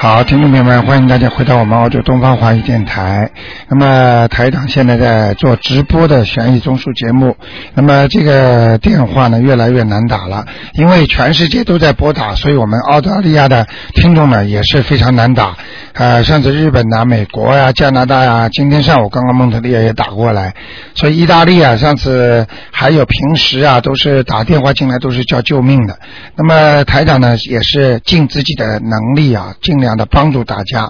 好，听众朋友们，欢迎大家回到我们澳洲东方华语电台。那么台长现在在做直播的悬疑综述节目。那么这个电话呢越来越难打了，因为全世界都在拨打，所以我们澳大利亚的听众呢也是非常难打。呃，上次日本呐、美国呀、加拿大呀、今天上午刚刚蒙特利尔也打过来，所以意大利啊，上次还有平时啊都是打电话进来都是叫救命的。那么台长呢，也是尽自己的能力啊，尽量的帮助大家。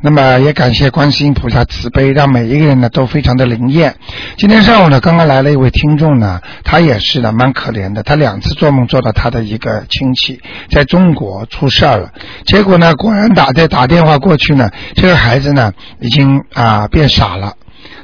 那么也感谢观世音菩萨慈悲，让每一个人呢都非常的灵验。今天上午呢，刚刚来了一位听众呢，他也是呢蛮可怜的，他两次做梦做到他的一个亲戚在中国出事儿了，结果呢果然打在打电话过去呢，这个孩子呢已经啊、变傻了。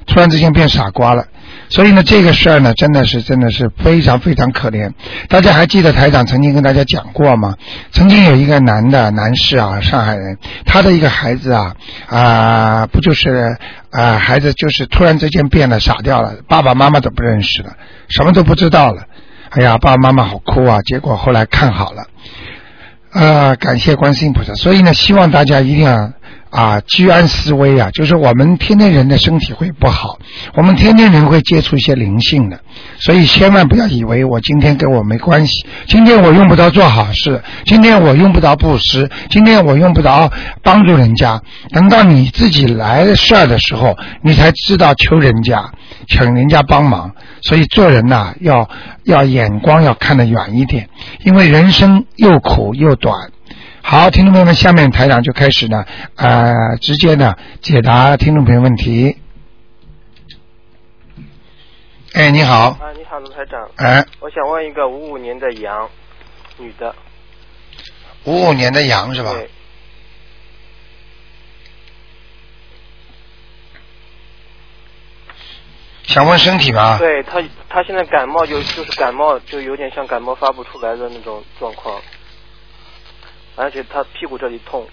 突然之间变傻瓜了。所以呢，这个事儿呢，真的是真的是非常非常可怜。大家还记得台长曾经跟大家讲过吗？曾经有一个男的男士啊，上海人，他的一个孩子啊啊、不就是啊、孩子就是突然之间变了，傻掉了，爸爸妈妈都不认识了，什么都不知道了。哎呀，爸爸妈妈好哭啊！结果后来看好了，啊，感谢观世音菩萨。所以呢，希望大家一定要啊居安思危啊，就是我们天天人的身体会不好，我们天天人会接触一些灵性的，所以千万不要以为我今天跟我没关系，今天我用不着做好事，今天我用不着布施，今天我用不着帮助人家。等到你自己来的事儿的时候，你才知道求人家，请人家帮忙。所以做人呐、要要眼光要看得远一点，因为人生又苦又短。好，听众朋友们，下面台长就开始呢，呃，直接呢解答听众朋友问题。哎，你好，啊，你好，卢台长，哎，我想问一个五五年的羊，女的，五五年的羊是吧？对，想问身体吧？对她她现在感冒就就是感冒就有点像感冒发不出来的那种状况，而且她屁股这里痛，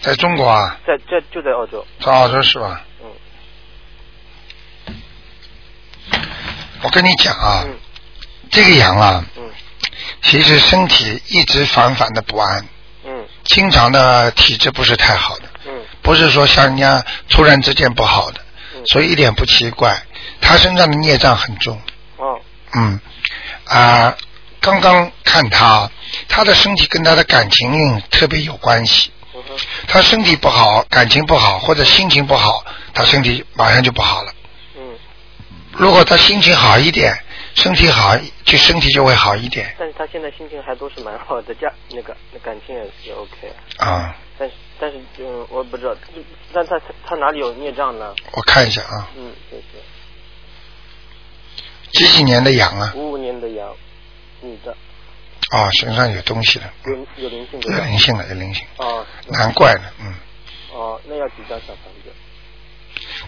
在中国啊，在这就在澳洲，在澳洲是吧？嗯我跟你讲啊，嗯这个羊啊，嗯其实身体一直反反的不安，嗯经常的体质不是太好的，嗯不是说像人家突然之间不好的，嗯，所以一点不奇怪。他身上的孽障很重，哦嗯，啊、刚刚看他，他的身体跟他的感情运特别有关系。嗯哼他身体不好，感情不好，或者心情不好，他身体马上就不好了。嗯，如果他心情好一点，身体好，就身体就会好一点但是她现在心情还都是蛮好的，家那个那感情也也 OK，啊、但是但是嗯我不知道，就但她她她哪里有孽障呢？我看一下啊，嗯，谢谢，几几年的羊啊？五五年的羊，女的，哦，身上有东西了，有有灵性有的。灵性了，有灵性，哦难怪呢。嗯，哦，那要几张小房子？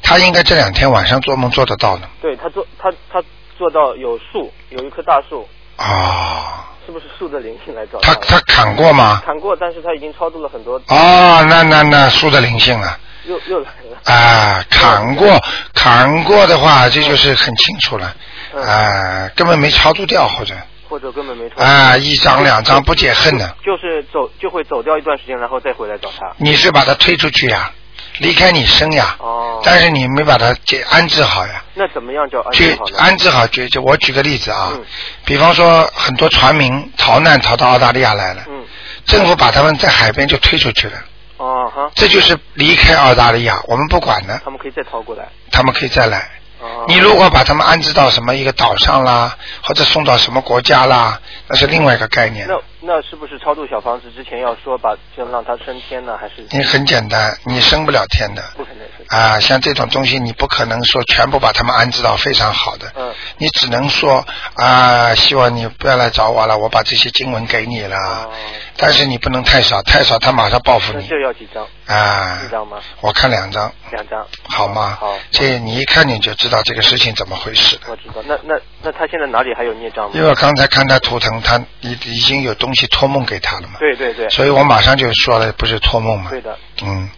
他应该这两天晚上做梦做得到的。对他做他他做到有树，有一棵大树，哦，是不是树的灵性来找他他砍过吗？砍过，但是他已经超度了很多，哦，那那那树的灵性啊了又又来了。啊，砍过砍过的话，这就是很清楚了嗯，啊，根本没超度掉或者或者根本没超度。啊一张两张不解恨呢，就是走就会走掉一段时间，然后再回来找他。你是把它推出去呀，离开你身呀，哦，但是你没把它解安置好呀，那怎么样叫安去置好呢？安置好就就我举个例子啊嗯，比方说很多船民逃难逃到澳大利亚来了，嗯，政府把他们在海边就推出去了，哦哈，这就是离开澳大利亚，我们不管了，他们可以再逃过来。他们可以再来。哦，你如果把他们安置到什么一个岛上啦，或者送到什么国家啦，那是另外一个概念。那那是不是超度小房子之前要说把就让他升天呢？还是你很简单，你升不了天的不可能是？啊！像这种东西，你不可能说全部把他们安置到非常好的，嗯你只能说啊，希望你不要来找我了，我把这些经文给你了哦。但是你不能太少，太少他马上报复那你就要几张？啊一！张吗？我看两张，两张。好吗？好这你一看你就知道这个事情怎么回事了。我知道，那那那他现在哪里还有孽障吗因？为我刚才看他图腾，他已已经有东西托梦给他了嘛，对对对，所以我马上就说了，不是托梦嘛对，的。嗯，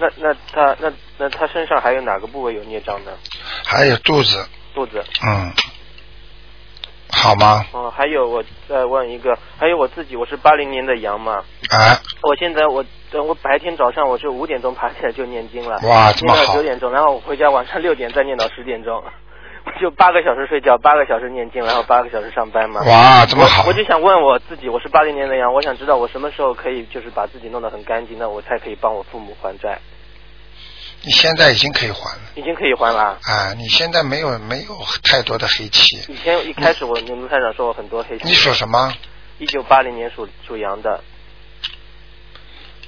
那那他那那他身上还有哪个部位有孽障呢？还有肚子，肚子。嗯，好吗？哦，还有我再问一个，还有我自己，我是八零年的羊嘛，啊，我现在我呃我白天早上我是五点钟爬起来就念经了，哇这么念到好九点钟，然后我回家晚上六点再念到十点钟，我就八个小时睡觉，八个小时念经，然后八个小时上班嘛。哇，这么好我！我就想问我自己，我是八零年的羊，我想知道我什么时候可以就是把自己弄得很干净，那我才可以帮我父母还债，你现在已经可以还了已经可以还了啊。啊，你现在没有没有太多的黑气。以前一开始我你们台长说我很多黑你气，属什么一九八零年属属羊的，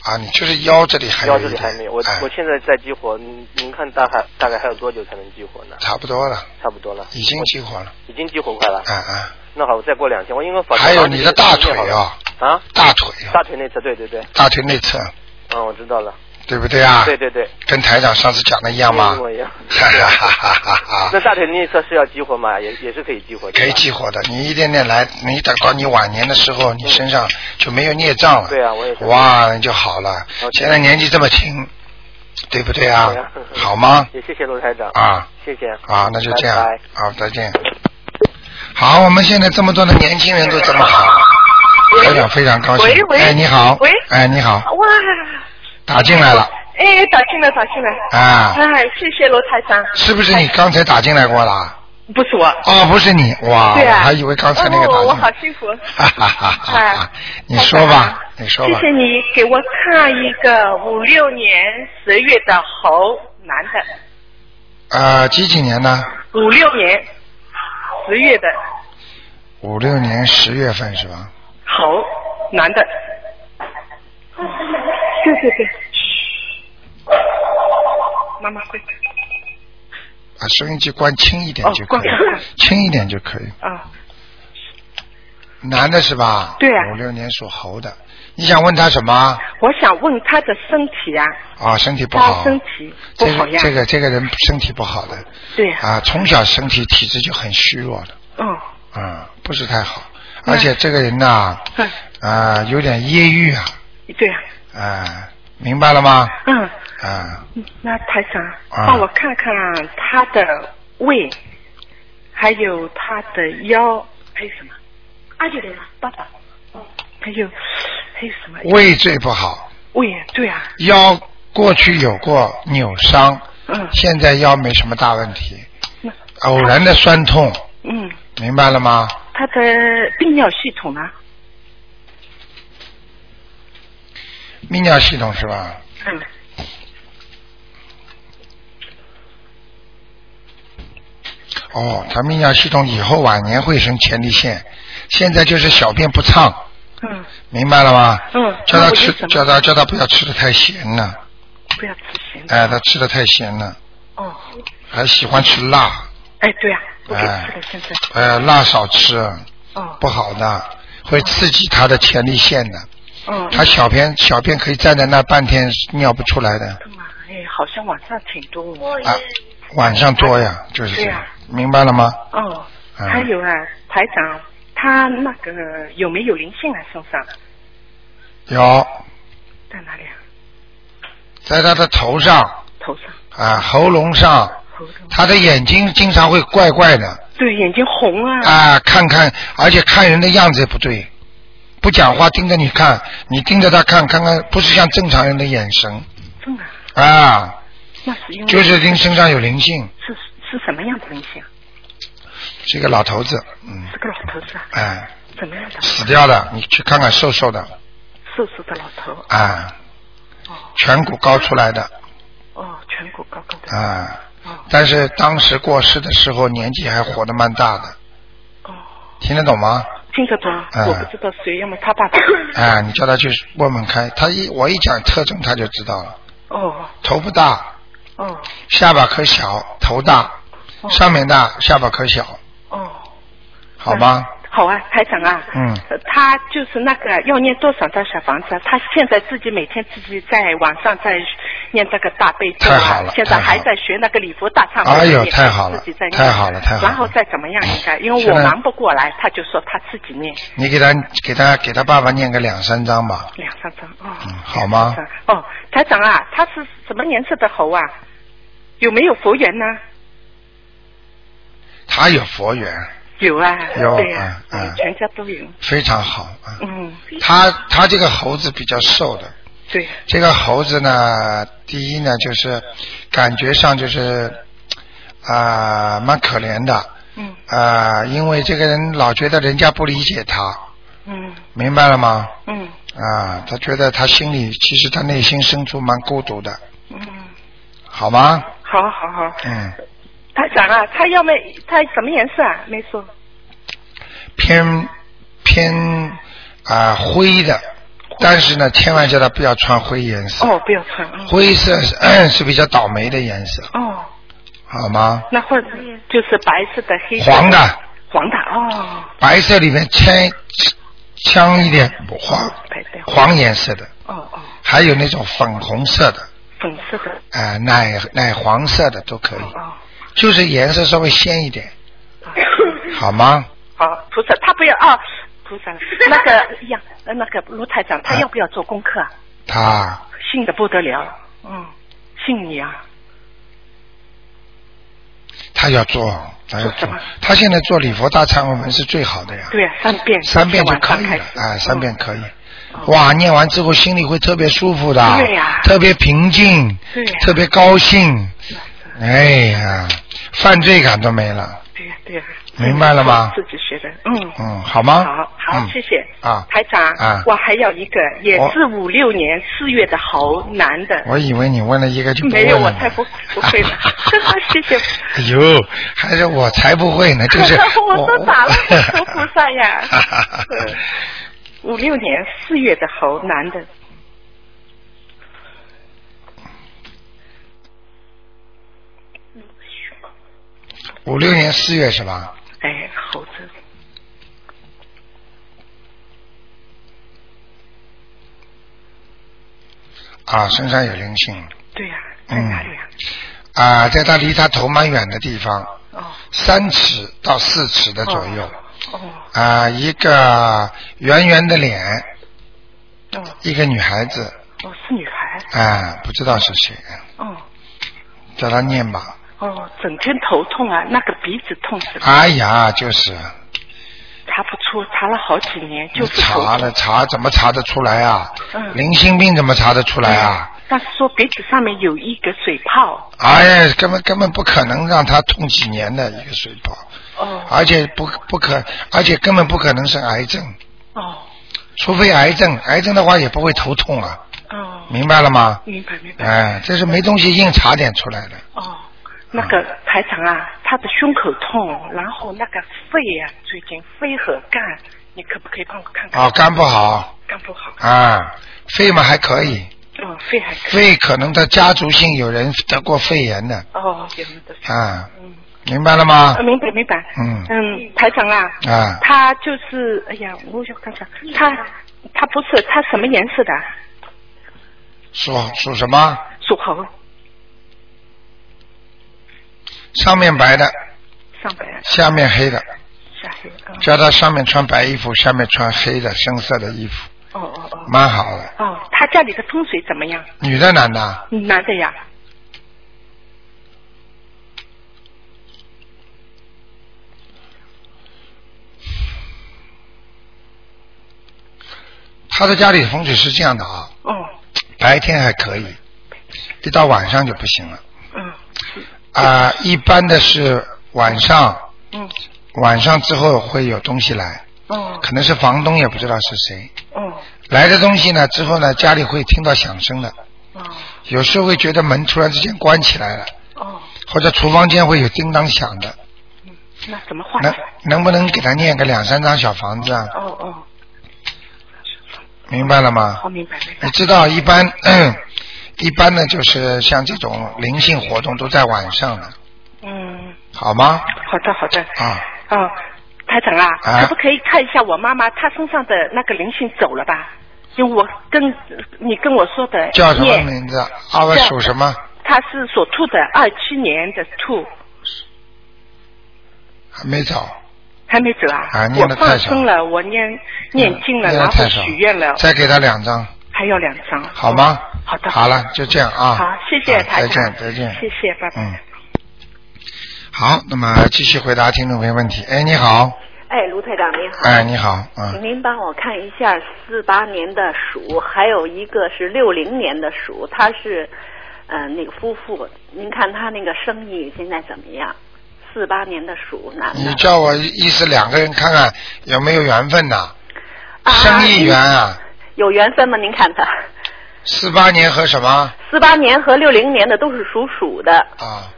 啊？你就是腰这里还有腰一这里点，还没有，我、哎我现在在激活，您您看大概大概还有多久才能激活呢？差不多了，差不多了，已经激活了，已经激活快了。啊啊！那好，我再过两天，我因为法还有你的大腿啊啊，啊，大腿啊，大腿内侧，对对对，大腿内侧，嗯，我知道了，对不对啊？对对对，跟台长上次讲的一样吗一？模一 样。哈哈哈哈哈那哈！大腿内侧是要激活吗？也也是可以激活的。可以激活的，你一点点来，你等到你晚年的时候，你身上就没有孽障了。对啊，我也是。哇，那就好了。好现在年纪这么轻，对不对啊对啊？好吗？也谢谢罗台长，啊谢谢。啊，那就这样拜拜，好，再见。好，我们现在这么多的年轻人都这么好，台长非常高兴喂。喂哎，你好。喂哎，你好，哇，打进来了哎，打进来，打进来。啊？哎，谢谢罗台长，哎是不是你刚才打进来过了？不是我。哦，不是你，哇，对啊我还以为刚才那个哦，我打进好来。幸福。哈哈哈哈哈哎！你说吧，你说谢吧。谢你给我看一个五六年十月的猴男的，呃，几几年呢？五六年十月的五六年十月份是吧？猴男的。对对对。妈妈会。啊，收音机关轻一点哦就可以，关轻一点就可以。啊，男的是吧？对啊五六年属猴的，你想问他什么？我想问他的身体啊，啊，身体不他好。身体不这好个呀。这个这个人身体不好的对呀、啊，从小身体体质就很虚弱的嗯。啊，不是太好。嗯而且这个人呐，嗯啊，有点抑郁啊，对呀、啊，明白了吗？嗯，啊，那台长，啊帮我看看他的胃，还有他的腰，还有什么？阿九的爸爸，还有还有什么？胃最不好，胃，对啊，腰过去有过扭伤，嗯现在腰没什么大问题那，偶然的酸痛，嗯，明白了吗？他的泌尿系统啊呢？泌尿系统是吧？嗯，哦，他泌尿系统以后晚年会生前列腺，现在就是小便不畅，嗯，明白了吗？嗯叫他那我就吃，怎么叫他叫他不要吃的太咸了，不要吃咸的。哎，他吃的太咸了，哦，还喜欢吃辣，哎，对啊，不给哎吃了，现在。呃，辣少吃，哦，不好的，会刺激他的前列腺的。嗯，他小便小便可以站在那半天尿不出来的哎，好像晚上挺多。啊，晚上多呀，就是这对样呀，明白了吗？哦，嗯还有啊，台长，他那个有没有灵性啊？身上有，在哪里啊？在他的头上头上、啊，喉咙上，喉咙，他的眼睛经常会怪怪的对，眼睛红啊。啊，看看，而且看人的样子也不对，不讲话盯着你看，你盯着他看，看看不是像正常人的眼神真的啊，啊，那是因为就是盯身上有灵性，是是什么样的灵性啊？是一个老头子，嗯，是个老头子啊？哎，怎么样的？死掉的，你去看看瘦瘦的，瘦瘦的老头。啊，哦颧骨高出来的哦，颧骨高高的。啊，哦但是当时过世的时候年纪还活得蛮大的，哦，听得懂吗？听得懂？我不知道谁，要么他 爸爸。啊，你叫他去问问看，他一我一讲特征他就知道了，哦头不大，哦下巴可小，头大，哦上面大，下巴可小，哦。好吗？嗯？好啊，台长啊。嗯呃。他就是那个要念多少张小房子啊？他现在自己每天自己在网上在念这个大悲咒太好啊了，现在还在学那个礼佛大忏悔。哎呦也太好了自己在念太好了太好了然后再怎么样应该，因为现我在忙不过来，他就说他自己念你给他给他给他爸爸念个两三张吧，两三张哦。嗯，好吗？哦，台长啊，他是什么颜色的猴啊？有没有佛缘呢？他有佛缘，有啊，有对呀、嗯嗯全家都有，非常好。嗯嗯，他他这个猴子比较瘦的，对，这个猴子呢，第一呢就是感觉上就是啊、蛮可怜的啊、嗯因为这个人老觉得人家不理解他，嗯明白了吗？嗯啊，他觉得他心里其实他内心深处蛮孤独的，嗯，好吗？好啊好好，嗯，他长啊，他要么他什么颜色啊？没说，偏偏啊、灰的，但是呢，千万叫他不要穿灰颜色，哦，不要穿，嗯、灰色是是 比较倒霉的颜色，哦，好吗？那或者就是白色的、黑色黄的，黄的哦，白色里面掺呛一点黄白的，黄颜色的，哦哦，还有那种粉红色的，粉色的，啊、奶奶黄色的都可以，哦，就是颜色稍微鲜一点，哦好吗？好，菩萨他不要啊，菩萨那个呀，呃那个卢台长他要不要做功课啊？他信的不得了，嗯，信你啊，他要做，他要做什做么，他现在做礼佛大忏悔文是最好的呀，对啊，三遍，三遍就从可以晚上开了始，啊，三遍，可以。嗯哇，念完之后心里会特别舒服的，对呀特别平静，对呀啊特别高兴，哎呀，犯罪感都没了，对呀对呀，啊明白了吗自己学的，嗯。嗯，好吗？好好，嗯谢谢啊台长啊我还有一个也我是五六年四月的猴男的，我以为你问了一个就不没有问了我才不不会 呢谢谢哎呦，还是我才不会呢，就是 我说咋了求菩萨呀嗯五六年四月的猴男的， 五六年四月是吧？哎，猴子，啊，身上有灵性对呀、在哪里啊？啊，在他离他头蛮远的地方，哦三尺到四尺的左右哦啊，一个圆圆的脸，哦一个女孩子哦，是女孩，啊，不知道是谁，哦叫他念吧。哦，整天头痛啊，那个鼻子痛死了，哎呀，就是查不出，查了好几年，你就是头查痛了查，怎么查得出来啊？嗯灵性病怎么查得出来啊？但是说鼻子上面有一个水泡，哎呀，根本根本不可能让他痛几年的一个水泡，哦而且不不可，而且根本不可能是癌症，哦除非癌症，癌症的话也不会头痛啊，哦，明白了吗？明白明白，哎，这是没东西硬查点出来的，哦，那个台长啊，他的胸口痛，然后那个肺啊，最近肺和肝，你可不可以帮我看看？啊，肝不好肝不好，啊，肺嘛还可以，嗯，肺还可以，肺可能他家族性有人得过肺炎的哦，有没得事？啊，嗯，明白了吗啊，？明白明白，嗯嗯，台长啊，啊，他就是，哎呀，我想看看，他他不是他什么颜色的？啊属属什么？属猴，上面白的，上白下面黑的，下黑，嗯叫他上面穿白衣服，下面穿黑的深色的衣服，哦哦哦，蛮好的。哦，他家里的风水怎么样？女的啊男的？男的呀，他的家里风水是这样的啊，哦，白天还可以，一到晚上就不行了嗯啊、一般的是晚上，嗯，晚上之后会有东西来，哦可能是房东也不知道是谁哦来的东西呢。之后呢，家里会听到响声的，哦有时候会觉得门突然之间关起来了，哦，或者厨房间会有叮当响的。那怎么化能解？能不能给他念个两三张小房子啊？哦哦，明白了吗？好，明白明白你。知道一般 一般呢，就是像这种灵性活动都在晚上的，嗯，好吗？好的好的。啊，哦，台长啊，啊可不可以看一下我妈妈她身上的那个灵性走了吧？因为我跟你跟我说的叫什么念名字？阿文属什么？她是属兔的，二七年的兔，还没走。还没走啊？啊念我得太放少嗯生了，我念念经了，念得然后哎太少许愿了，再给他两张，还有两张，好吗？好的，好了，就这样啊。好，谢谢啊台再长见，再见。谢谢，拜拜。嗯。好，那么继续回答听众朋友问题。哎，你好，哎，卢台长您好。哎，你好，请嗯，您帮我看一下四八年的鼠，还有一个是六零年的鼠，他是嗯、呃那个夫妇，您看他那个生意现在怎么样？四八年的鼠男的你叫我意思两个人看看有没有缘分呐、啊生意缘啊，有缘分吗？您看他四八年和什么四八年和六零年的都是属鼠的，啊？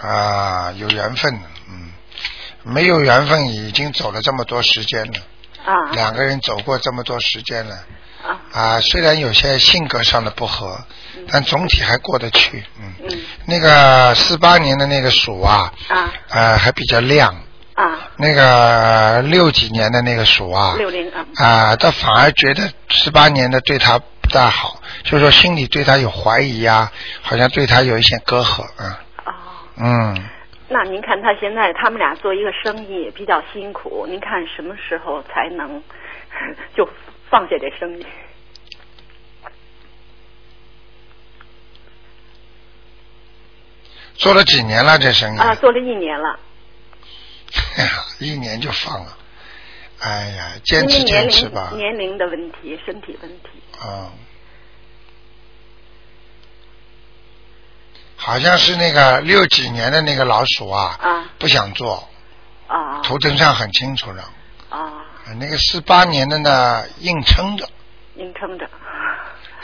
啊，有缘分，嗯，没有缘分已经走了这么多时间了，啊两个人走过这么多时间了，啊啊，虽然有些性格上的不合，但总体还过得去，嗯。嗯那个四八年的那个鼠啊，啊呃，还比较亮。啊那个六几年的那个鼠啊，六零啊啊，他反而觉得十八年的对他不大好，就是说心里对他有怀疑啊，好像对他有一些隔阂啊。哦，嗯，那您看他现在他们俩做一个生意比较辛苦，您看什么时候才能 就放下这生意？做了几年了这生意？哎啊，做了一年了，一年就放了。哎呀，因坚为持年坚持吧龄。年龄的问题，身体问题。嗯，好像是那个六几年的那个老鼠啊，啊不想做，啊图腾上很清楚了。啊，那个四八年的呢，硬撑着。硬撑着。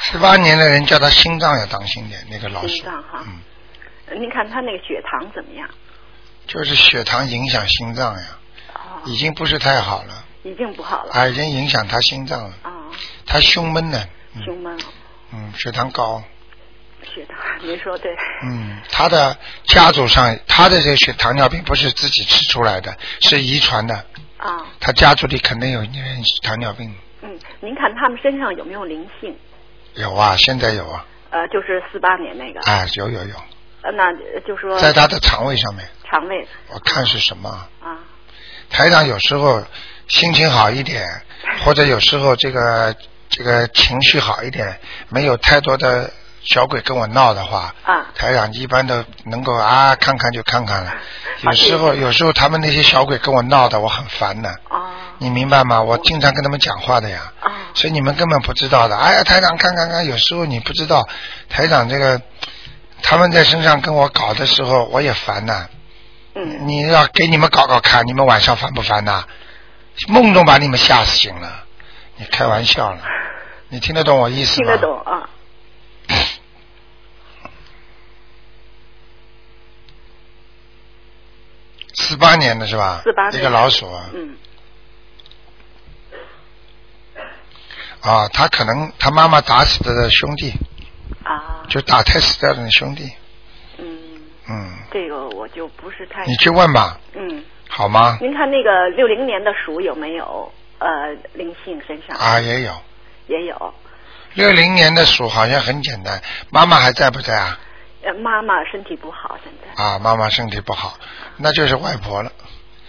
十八年的人叫他心脏要当心点，那个老鼠。心脏哈嗯，您看他那个血糖怎么样？就是血糖影响心脏呀，啊，已经不是太好了，已经不好了。啊，已经影响他心脏了，啊，他胸闷呢。嗯胸闷了，嗯，血糖高。血糖， 您说对。嗯，他的家族上，他的这个血糖尿病不是自己吃出来的，是遗传的。啊，他家族里肯定有人糖尿病，嗯，您看他们身上有没有灵性？有啊，现在有啊，呃，就是四八年那个，啊，有有有，呃，那呃就说在他的肠胃上面，肠胃我看是什么啊。啊台长有时候心情好一点，或者有时候这个这个情绪好一点，没有太多的小鬼跟我闹的话，啊台长一般都能够啊看看就看看了。有时候有时候他们那些小鬼跟我闹的，我很烦的，啊你明白吗？我经常跟他们讲话的呀，啊所以你们根本不知道的。哎呀，台长看看看，有时候你不知道，台长这个他们在身上跟我搞的时候，我也烦呐、嗯你要给你们搞搞看，你们晚上烦不烦呐、梦中把你们吓死醒了，你开玩笑了，你听得懂我意思听吗？得懂。啊四八年的是吧？ 48年啊一个老鼠啊，嗯啊，他可能他妈妈打死的兄弟，啊就打胎死掉的那兄弟，嗯，嗯，这个我就不是太你去问吧，嗯。好吗？您看那个六零年的鼠有没有呃灵性身上啊，也有。也有，六零年的鼠好像很简单，妈妈还在不在啊？呃妈妈身体不好现在，啊，妈妈身体不好，那就是外婆了，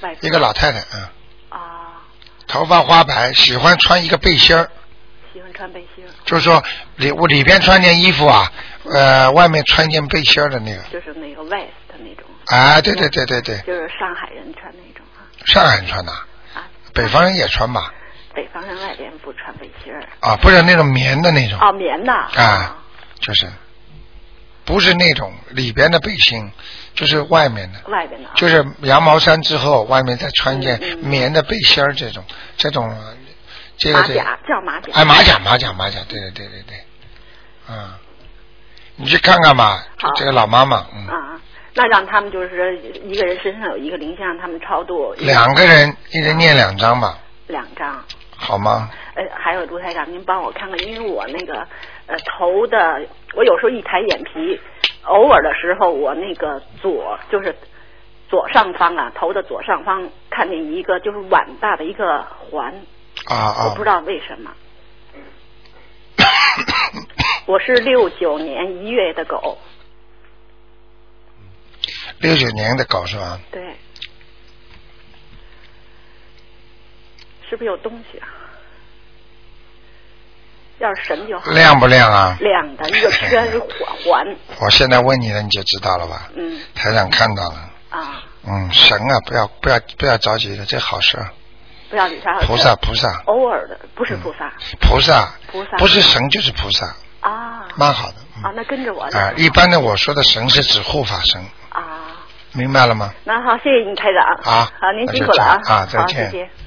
外婆一个老太太，嗯，啊头发花白，喜欢穿一个背心儿，喜欢穿背心儿，就是说里我里边穿件衣服啊，呃，外面穿件背心儿的那个。就是那个 vest 的那种，啊，对对对对对，就是上海人穿那种啊上海人穿的，啊，北方人也穿吧？北方人外边不穿背心儿，啊，不是那种棉的那种，哦棉的啊就是不是那种里边的背心，就是外面的，外边的啊就是羊毛衫之后，外面再穿一件嗯嗯棉的背心儿这种，这种这个这马个甲叫马甲，哎，马甲，马甲，马甲，对对对对对，嗯，你去看看吧，好这个老妈妈，嗯，啊，那让他们就是一个人身上有一个灵性，让他们超度两个人一人念两张吧，两张。好吗？呃，还有卢台长，您帮我看看，因为我那个呃头的，我有时候一抬眼皮，偶尔的时候我那个左就是左上方啊，头的左上方看见一个就是碗大的一个环，啊啊，我不知道为什 么。我是六九年一月的狗，六九年的狗是吧？对，是不是有东西啊？要是神就好。亮不亮啊？亮的一个圈环环，我现在问你了，你就知道了吧？嗯台长看到了，啊，嗯，神啊，不要不要不要着急的，这好事儿，不要理他。菩萨菩萨嗯偶尔的，不是菩萨、菩萨哦菩萨不是神就是菩萨，啊蛮好的。嗯啊，那跟着我呢啊，一般的我说的神是指护法神，啊。明白了吗？那好，谢谢你台长。好好，您那辛就苦了这样啊再好，见谢谢。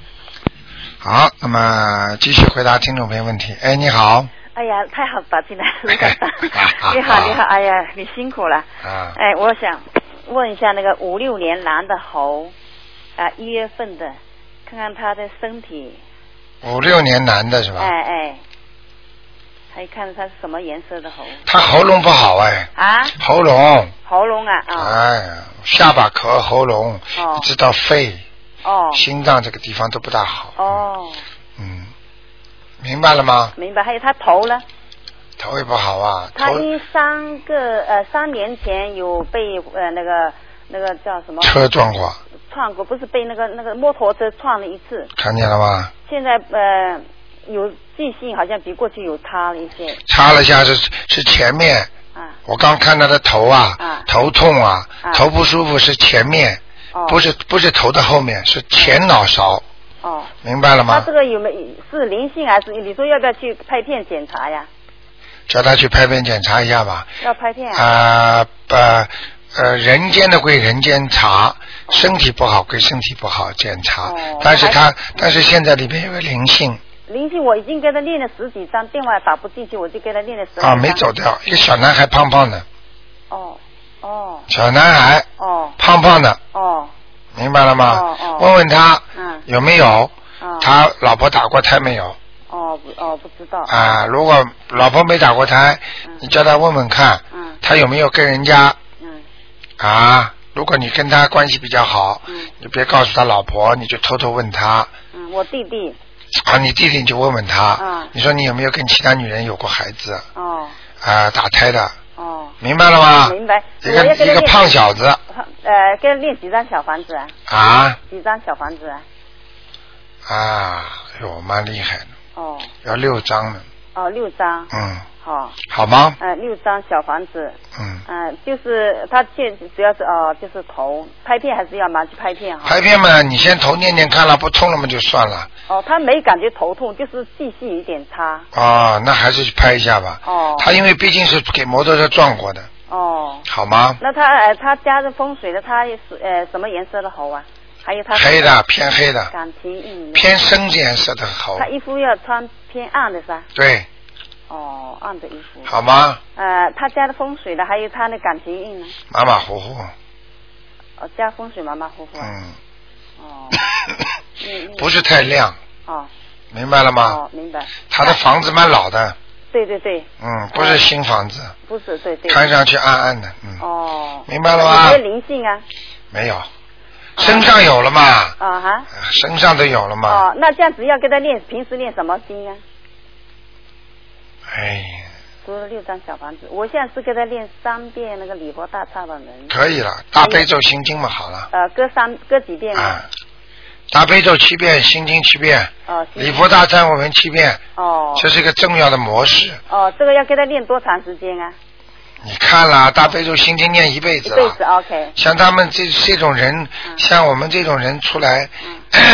好，那么继续回答听众朋友问题。哎，你好，。哎呀，太好了，进来卢台长你好，你好，哎呀，你辛苦了。啊哎，我想问一下那个五六年男的猴，啊，一月份的，看看他的身体，五六年男的是吧？哎哎，还看他是什么颜色的猴他喉咙不好哎，啊？喉咙，喉咙啊啊哎呀，下巴壳、喉咙，哦一直到肺、哦心脏这个地方都不大好。哦，嗯，明白了吗？明白。还有他头呢？头也不好啊，他头一三个呃三年前有被呃那个那个叫什么车撞过，撞过，不是被那个那个摩托车撞了一次。看见了吗？现在呃有记性，好像比过去有差了一些擦了一下是是前面，啊。我刚看他的头啊，啊头痛啊，啊头不舒服是前面，哦，不是不是头的后面，是前脑勺，哦，明白了他吗？这个有没有是灵性还是你说要不要去拍片检查呀？叫他去拍片检查一下吧。要拍片啊？啊，把呃人间的归人间查，身体不好归身体不好检查哦，但是他但是现在里面有个灵性灵性我已经给他念了十几张，电话打不进去，我就给他念了十来啊，张。没走。掉，一个小男孩胖胖的，哦哦小男孩哦胖胖的，哦明白了吗哦？哦问问他嗯有没有，哦他老婆打过胎没有？哦不哦不知道啊，如果老婆没打过胎，嗯你叫他问问看，嗯他有没有跟人家嗯啊？如果你跟他关系比较好，嗯你别告诉他老婆，你就偷偷问他嗯，我弟弟啊。你弟弟你就问问他，嗯你说你有没有跟其他女人有过孩子哦啊？打胎的，哦明白了吗？明白一我个要给他一个念胖小子呃给他念几张小房子啊？啊几张小房子啊？啊，哟，蛮厉害的，哦要六张呢，哦六张嗯，好。好吗？呃，六张小房子，嗯，嗯、就是他现主要是哦、就是头拍片还是要拿去拍片啊哈。拍片嘛，你先头念念看了，不痛了嘛就算了。哦，他没感觉头痛，就是记性有点差。啊，那还是去拍一下吧。哦他因为毕竟是啊给摩托车撞过的，哦，好吗？那他呃他家的风水的他也是呃什么颜色的猴啊？还有他黑的，偏黑的，感情运，偏哦深颜色的猴他，衣服要穿偏暗的是吧？对，哦，暗的衣服。好吗？呃，他家的风水的，还有他的感情运呢？马马虎虎，哦，家风水马马虎虎。嗯，，哦不是太亮，哦明白了吗？哦，明白。他的房子蛮老的，对对对，嗯，不是新房子，不是哦对对。看上去暗暗的，嗯，哦，明白了吗有没有灵性啊？没有，身上有了嘛，啊哈。身上都有了嘛，哦，那这样子要给他练，平时练什么经啊？哎，除了六张小房子，我现在是给他练三遍那个礼佛大忏悔文，可以了，大悲咒心经嘛，好了，呃，各三各几遍啊？啊，大悲咒七遍，心经七遍，哦，啊礼佛大忏悔文七遍，哦这是一个重要的模式。哦，这个要给他练多长时间啊？你看了大悲咒心经念一啊辈一子辈子了， ，OK，像他们这这种人，嗯像我们这种人出来，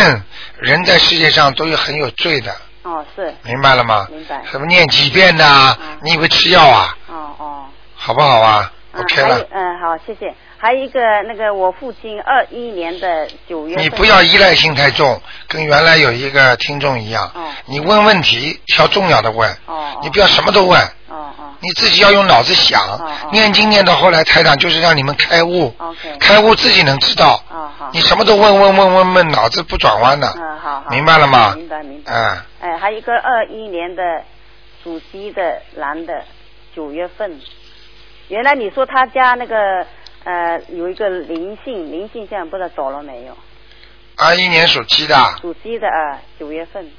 人在世界上都有很有罪的，哦是，明白了吗？明白什么念几遍呐、嗯你以为吃药啊？哦哦。好不好啊嗯， ？OK 还有了，嗯，好，谢谢。还有一个那个我父亲二一年的九月份，你不要依赖性太重，跟原来有一个听众一样哦，你问问题挑重要的问哦哦，你不要什么都问。哦哦你自己要用脑子想哦哦，念经念到后来，台长就是让你们开悟， ，OK，开悟自己能知道。哦好你，什么都问问问问问，脑子不转弯的，嗯好好，明白了吗？明白明白。啊，哎，还有一个二一年的属鸡的男的，九月份。原来你说他家那个呃有一个灵性，灵性现在不知道走了没有？二一年属鸡的，属鸡的啊，九、月份。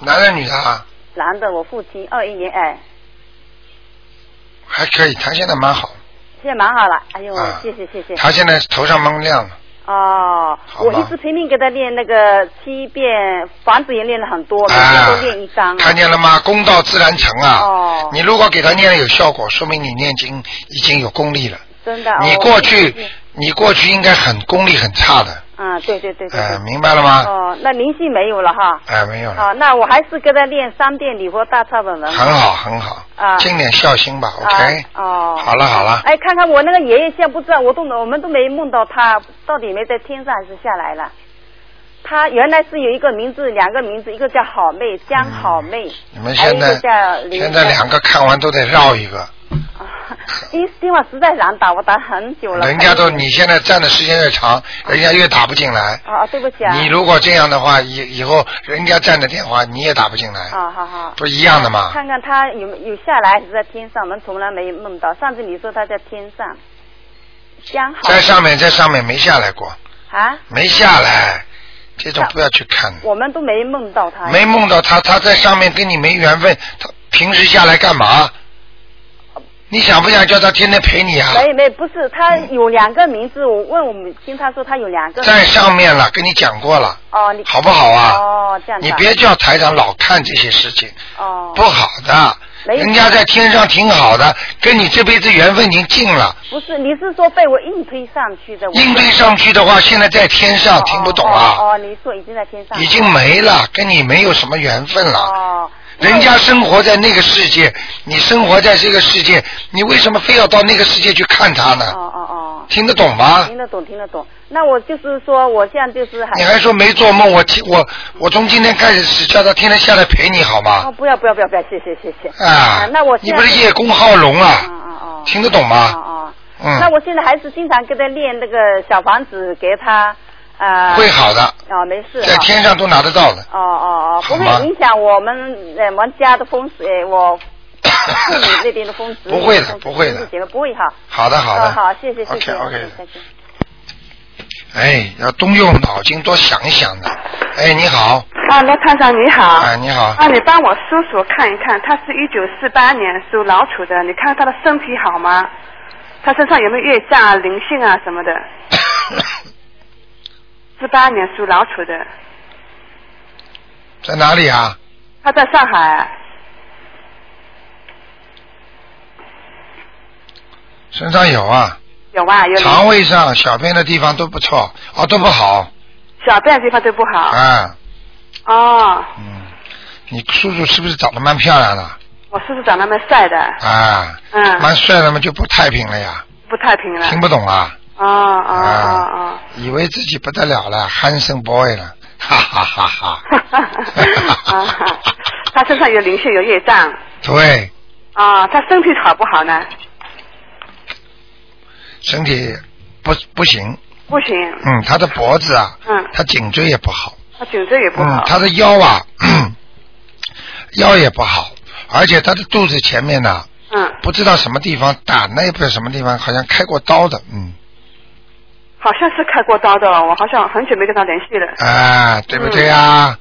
男的女的啊，男的，我父亲二一年，哎，还可以，他现在蛮好，现现在蛮好了。哎呦，啊谢谢谢谢。他现在头上蒙亮了，哦，好我吧一直拼命给他练那个七遍，房子也练了很多，每天都练一张、啊啊看见了吗？功到自然成啊！嗯哦你如果给他念了有效果，说明你念经已经有功力了。真的。你哦过去，你过去应该很功力很差的，嗯，对对对对哎、对。明白了吗？哦，那灵性没有了哈。哎、没有了，好，那我还是给他练三遍礼佛大忏悔文。很好很好，啊尽点孝心吧，OK、啊哦，好了好了，哎，看看我那个爷爷，现在不知道，我都我们都没梦到他到底没在天上还是下来了。他原来是有一个名字，两个名字，一个叫好妹江好妹，嗯你们现哎还有一在个叫林现在两个看完都得绕一个，啊，因电话实在难打，我打很久了。人家都你现在站的时间越长，人家越打不进来。啊啊，对不起啊。你如果这样的话，以以后人家占的电话你也打不进来，啊，好好。不一样的嘛。看看他有没有下来还是在天上，我们从来没梦到。上次你说他在天上，江好在上面，在上面没下来过，啊，没下来，这种不要去看。我们都没梦到他。没梦到他，他在上面跟你没缘分，他平时下来干嘛？你想不想叫他天天陪你啊？没没，不是，他有两个名字。我问我母亲，他说他有两个。在上面了，跟你讲过了，哦，你好不好啊？哦，这样的。你别叫台长老看这些事情，哦，不好的。没有人家在天上挺好的，跟你这辈子缘分已经尽了。不是，你是说被我硬推上去的？我应对上去的话，现在在天上听不懂哦啊，哦，哦你说已经在天上了。已经没了，跟你没有什么缘分了。哦，人家生活在那个世界，你生活在这个世界，你为什么非要到那个世界去看他哦呢？哦听得懂哦，吗听？得懂听得懂。那我就是说，我现在就是还你还说没做梦，我今我我从今天开始叫他天天下来陪你好哦，吗？不要不要不要不要，谢谢谢谢。啊，那我你现在不是叶公好龙嗯啊？嗯嗯。听得懂哦吗？哦。那嗯，我现在还是经常给他练那个小房子，给他呃。会好的，哦，没事在哈。天上都拿得到的。哦哦哦，不好吗会影响我们呃我们家的风水， 我父母那边的风水。不会的不会的行了，不会哈。好的，好哦的。好，谢谢谢 OK 谢。 OK。再见。哎，要动用脑筋，多想一想的。哎，你好，啊，罗探长你好。哎，你好，啊，你帮我叔叔看一看，他是一九四八年属老鼠的，你看他的身体好吗？他身上有没有业障啊、灵性啊什 么的？四八年属老鼠的，在哪里啊？他在上海。啊身上有啊，有啊，有灵肠胃上、小便的地方都不错，哦，都不好小便的地方都不好。啊。哦，嗯，你叔叔是不是长得蛮漂亮的我叔叔长得蛮帅的，啊？嗯，蛮帅的嘛，就不太平了呀，不太平了。听不懂啊？哦哦 哦啊哦。，以为自己不得了了，handsome boy 了， 哈哈哈哈。哈哈哈哈！啊他身上有灵性，有业障。对，啊、他身体好不好呢？身体不不行，不行，嗯，他的脖子啊，嗯，他颈椎也不好。他颈椎也不好嗯，。他的腰啊， 腰也不好，而且他的肚子前面呢，嗯，不知道什么地方，胆呢也不知道什么地方，好像开过刀的，嗯，好像是开过刀的，我好像很久没跟他联系了。啊，对不对啊？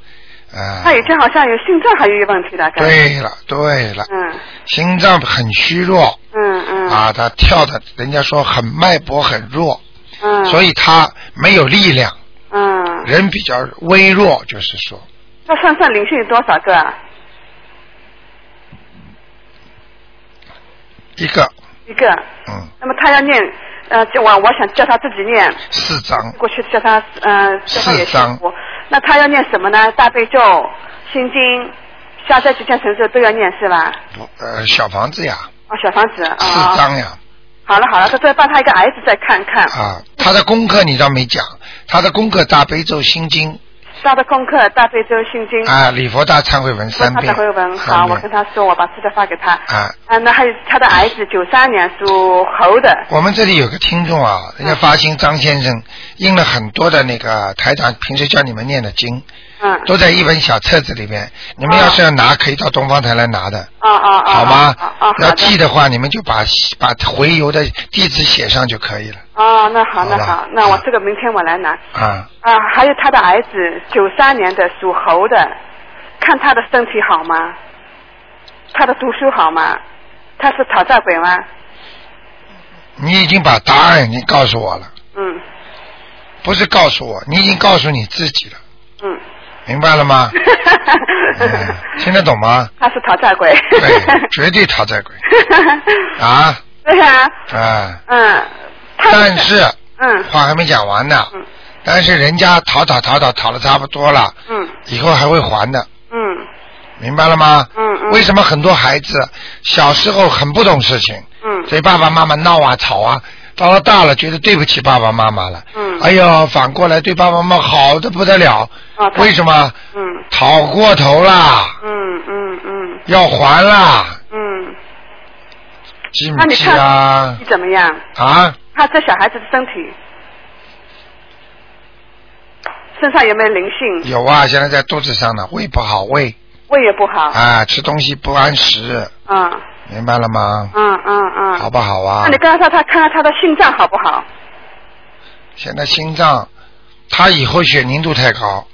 啊，他以前好像有心脏还有一个问题的，嗯感觉。对了，对了，嗯心脏很虚弱嗯嗯。啊，他跳的，人家说很脉搏很弱，嗯。所以他没有力量，嗯，人比较微弱，就是说，他身上灵性有多少个啊？一个，一个。嗯，那么他要念，呃，就我我想叫他自己念，四张，过去叫他，呃，叫他也四张辛苦。那他要念什么呢？大悲咒、心经、消灾吉祥神咒都要念是吧？不呃，小房子呀，哦，小房子啊。四哦张呀。好了好了，他再帮他一个儿子再看看，啊，他的功课你倒没讲，他的功课大悲咒心经他的功课大悲咒心经。啊，礼佛大忏悔文问三他遍，的回文，好，三我跟遍他说，我把资料发给他。啊。啊，那还有他的儿子，九三年属猴的，我们这里有个听众啊，人家发心张先生印了很多的那个台长平时教你们念的经，嗯，都在一本小册子里面。你们要是要拿，可以到东方台来拿的，哦哦哦，好吗哦哦，？要好记的，的话，你们就把把回邮的地址写上就可以了哦，那好，那好吧好，那我这个明天我来拿。啊。啊，还有他的儿子，九三年的属猴的，看他的身体好吗？他的读书好吗？他是讨债鬼吗？你已经把答案已经告诉我了，嗯不是告诉我，你已经告诉你自己了，嗯，明白了 吗？嗯，听得懂吗？ 他是讨债鬼。对，绝对讨债鬼啊 对呀、啊！嗯，他但是嗯话还没讲完呢嗯，但是人家讨讨讨讨讨的差不多了，嗯以后还会还的，嗯明白了吗？嗯嗯为什么很多孩子小时候很不懂事情，嗯所以爸爸妈妈闹啊吵啊，到了大了觉得对不起爸爸妈妈了，嗯哎呦，反过来对爸爸妈妈好的不得了，哦他为什么？嗯讨过头啦，嗯嗯嗯要还啦，嗯，记那不你记看啊你？怎么样？啊，他这小孩子的身体身上有没有灵性？有啊，现在在肚子上呢，胃不好，胃胃也不好。啊，吃东西不按时，嗯明白了吗？嗯嗯嗯。好不好啊那你？告诉他，他看看他的心脏好不好？现在心脏，他以后血凝度太高，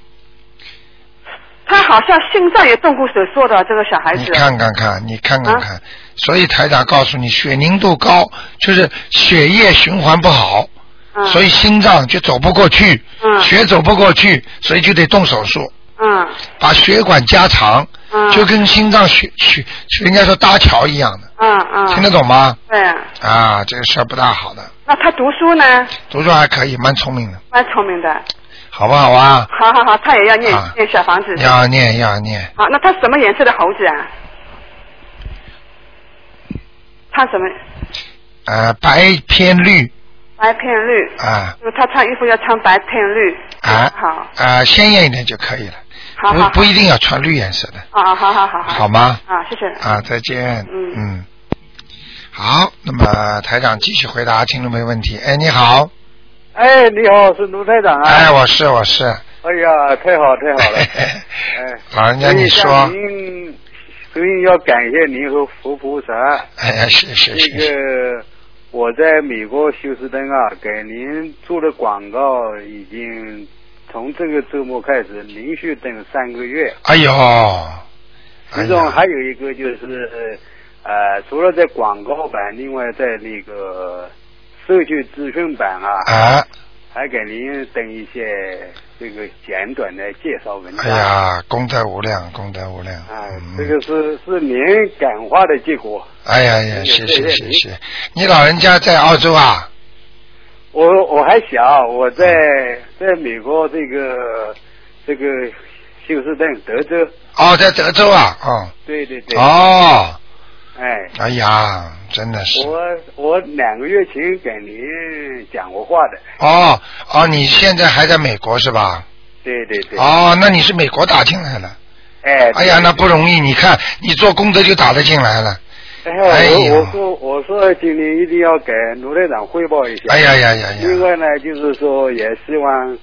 他好像心脏也动过手术的，这个小孩子。你看看看，你看看啊看，所以台长告诉你，血凝度高就是血液循环不好，嗯、所以心脏就走不过去，嗯血走不过去，所以就得动手术，嗯把血管加长，嗯就跟心脏血血，人家说搭桥一样的，嗯嗯。听得懂吗？对，啊，这个事儿不大好的，那他读书呢，读书还可以，蛮聪明的，蛮聪明的。好不好啊？好好好，他也要念、啊念小房子。要念要念，好，那他什么颜色的猴子啊？他什么呃，白偏绿白片绿？啊就是他穿衣服要穿白片绿。啊好，啊，鲜艳一点就可以了，好好不不一定要穿绿颜色的，啊，好好好好。好吗？啊，谢谢。啊，再见。嗯嗯。好，那么台长继续回答听众朋友问题。哎，你好，哎，你好，是卢台长啊！哎，我是我是，哎呀，太好太好了！哎，老人家你所说嗯以，像您，所以要感谢您和佛菩萨。哎呀，是是嗯这是，个我在美国休斯顿啊，给您做的广告已经从这个周末开始连续等三个月。哎呦，哎其中呀，还有一个就是，呃，除了在广告版，另外在那个社区咨询版啊，啊，还给您等一些这个简短的介绍文章。哎呀，功德无量，功德无量。哎，嗯这个是是您感化的结果。哎呀嗯呀，谢谢谢谢谢谢谢谢，你老人家在澳洲啊？我我还小，我在在美国这个这个休斯顿德州，哦，在德州啊，哦，对对对，哦，哎，哎呀，真的是，我我两个月前给您讲过话的，哦哦，你现在还在美国是吧？对对对，哦，那你是美国打进来了。哎，哎呀，对那不容易！你看，你做功德就打得进来了。哎哎，呀我我说我说今天一定要给卢队长汇报一下。哎呀呀呀呀！另外呢，就是说也希望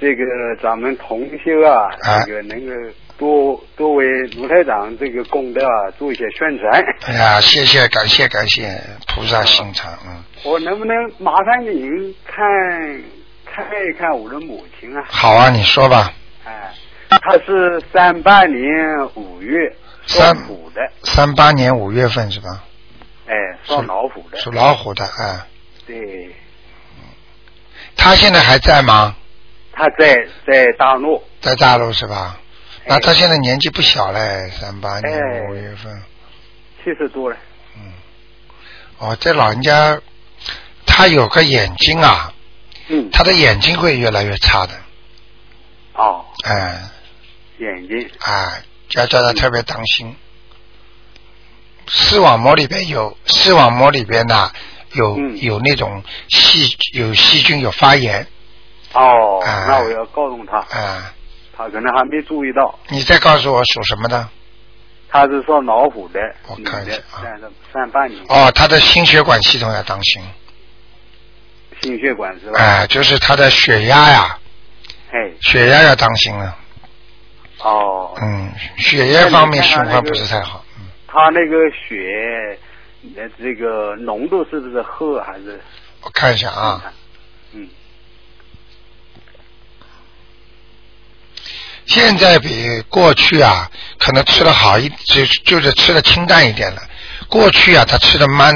这个咱们同修啊，啊这个能够多多为卢台长这个功德啊做一些宣传。哎呀，谢谢，感谢，感谢菩萨心肠，嗯，我能不能麻烦您看看一看我的母亲 啊？好啊，你说吧，哎，她是三八年五月属三虎的，三八年五月份是吧？哎，属老虎的，属老虎的，哎，对，他现在还在吗？她在在大陆。在大陆是吧？那哎他现在年纪不小嘞，三八年哎五月份，七十多了，哦，这老人家，他有个眼睛啊，嗯，他的眼睛会越来越差的，哦，哎，眼睛，啊，要叫他特别当心。视网膜里边有视网膜里边呐，有、嗯有那种细有细菌有发炎哦，哎那我要告诉他，啊。他可能还没注意到，你再告诉我属什么的？他是说老虎的，我女看一下的，啊三十三八年，哦，他的心血管系统要当心，心血管是吧？哎、就是他的血压呀，哎，血压要当心了。哦，嗯，血液方面循环不是太好。他那个血，呃，这个浓度是不是喝还是我看一下啊，，嗯，现在比过去啊，可能吃的好一，就就是吃的清淡一点了。过去啊，他吃的蛮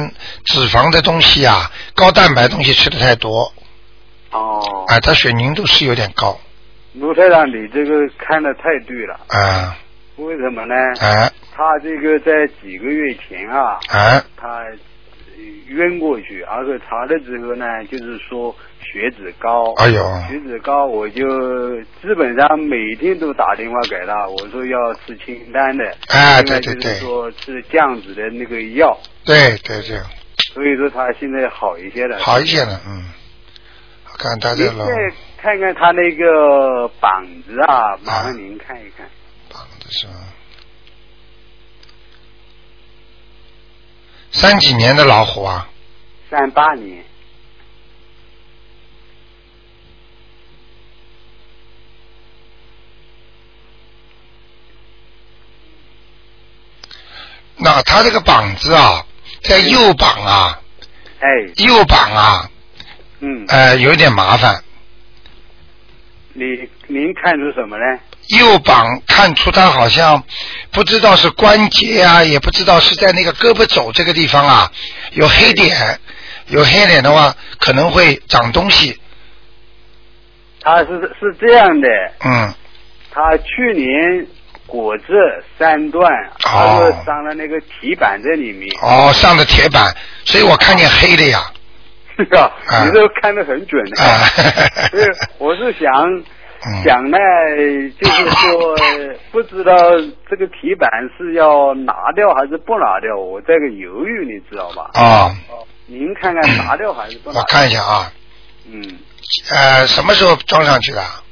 脂肪的东西啊，高蛋白东西吃的太多，哦，啊，它水凝度是有点高，卢台长，你这个看的太对了，啊为什么呢？啊他这个在几个月前啊，啊他呃晕过去，而且查了之后呢，就是说血脂高。哎呦血脂高，我就基本上每天都打电话给他，我说要吃清淡的，啊，另对对外就是对，说吃降脂的那个药，对对对，所以说他现在好一些了。好一些了，嗯，我看他您这龙再看看他那个膀子啊，麻烦您看一看。膀子是吧？三几年的老虎啊，三八年，那他这个膀子啊，在右膀啊，哎，右膀啊，嗯，呃，有点麻烦。你您看出什么呢？右膀看出他好像不知道是关节啊，也不知道是在那个胳膊肘这个地方啊，有黑点，有黑点的话可能会长东西。他是是这样的，嗯，他去年果子三段，他说伤了那个题板在里面， 哦，上的铁板，所以我看见黑的呀。是吧？啊你都看得很准的。啊，所以我是想嗯想呢，就是说不知道这个题板是要拿掉还是不拿掉，我这个犹豫，你知道吧？啊，您看看拿掉还是不拿 我掉？看一下啊，嗯，呃，什么时候装上去的啊？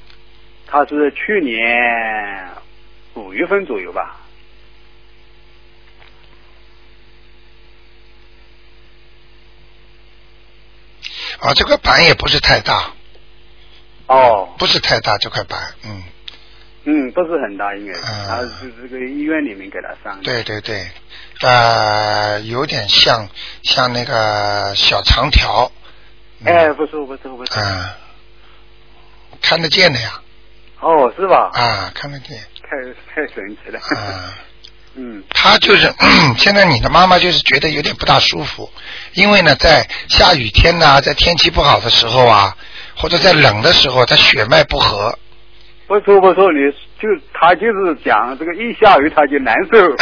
他是去年五月份左右吧。啊，这块板也不是太大，哦，不是太大这块板，嗯，嗯，不是很大，应该是，嗯他是这个医院里面给他上的。对对对，呃，有点像像那个小长条，嗯哎，不错不错不错。啊，看得见的呀，哦，是吧？啊，看得见，太太神奇了。啊，嗯，他就是、 现在你的妈妈就是觉得有点不大舒服，因为呢，在下雨天呐、在天气不好的时候啊，或者在冷的时候，她血脉不和， 不错不错，你就他就是讲这个一下雨他就难 受。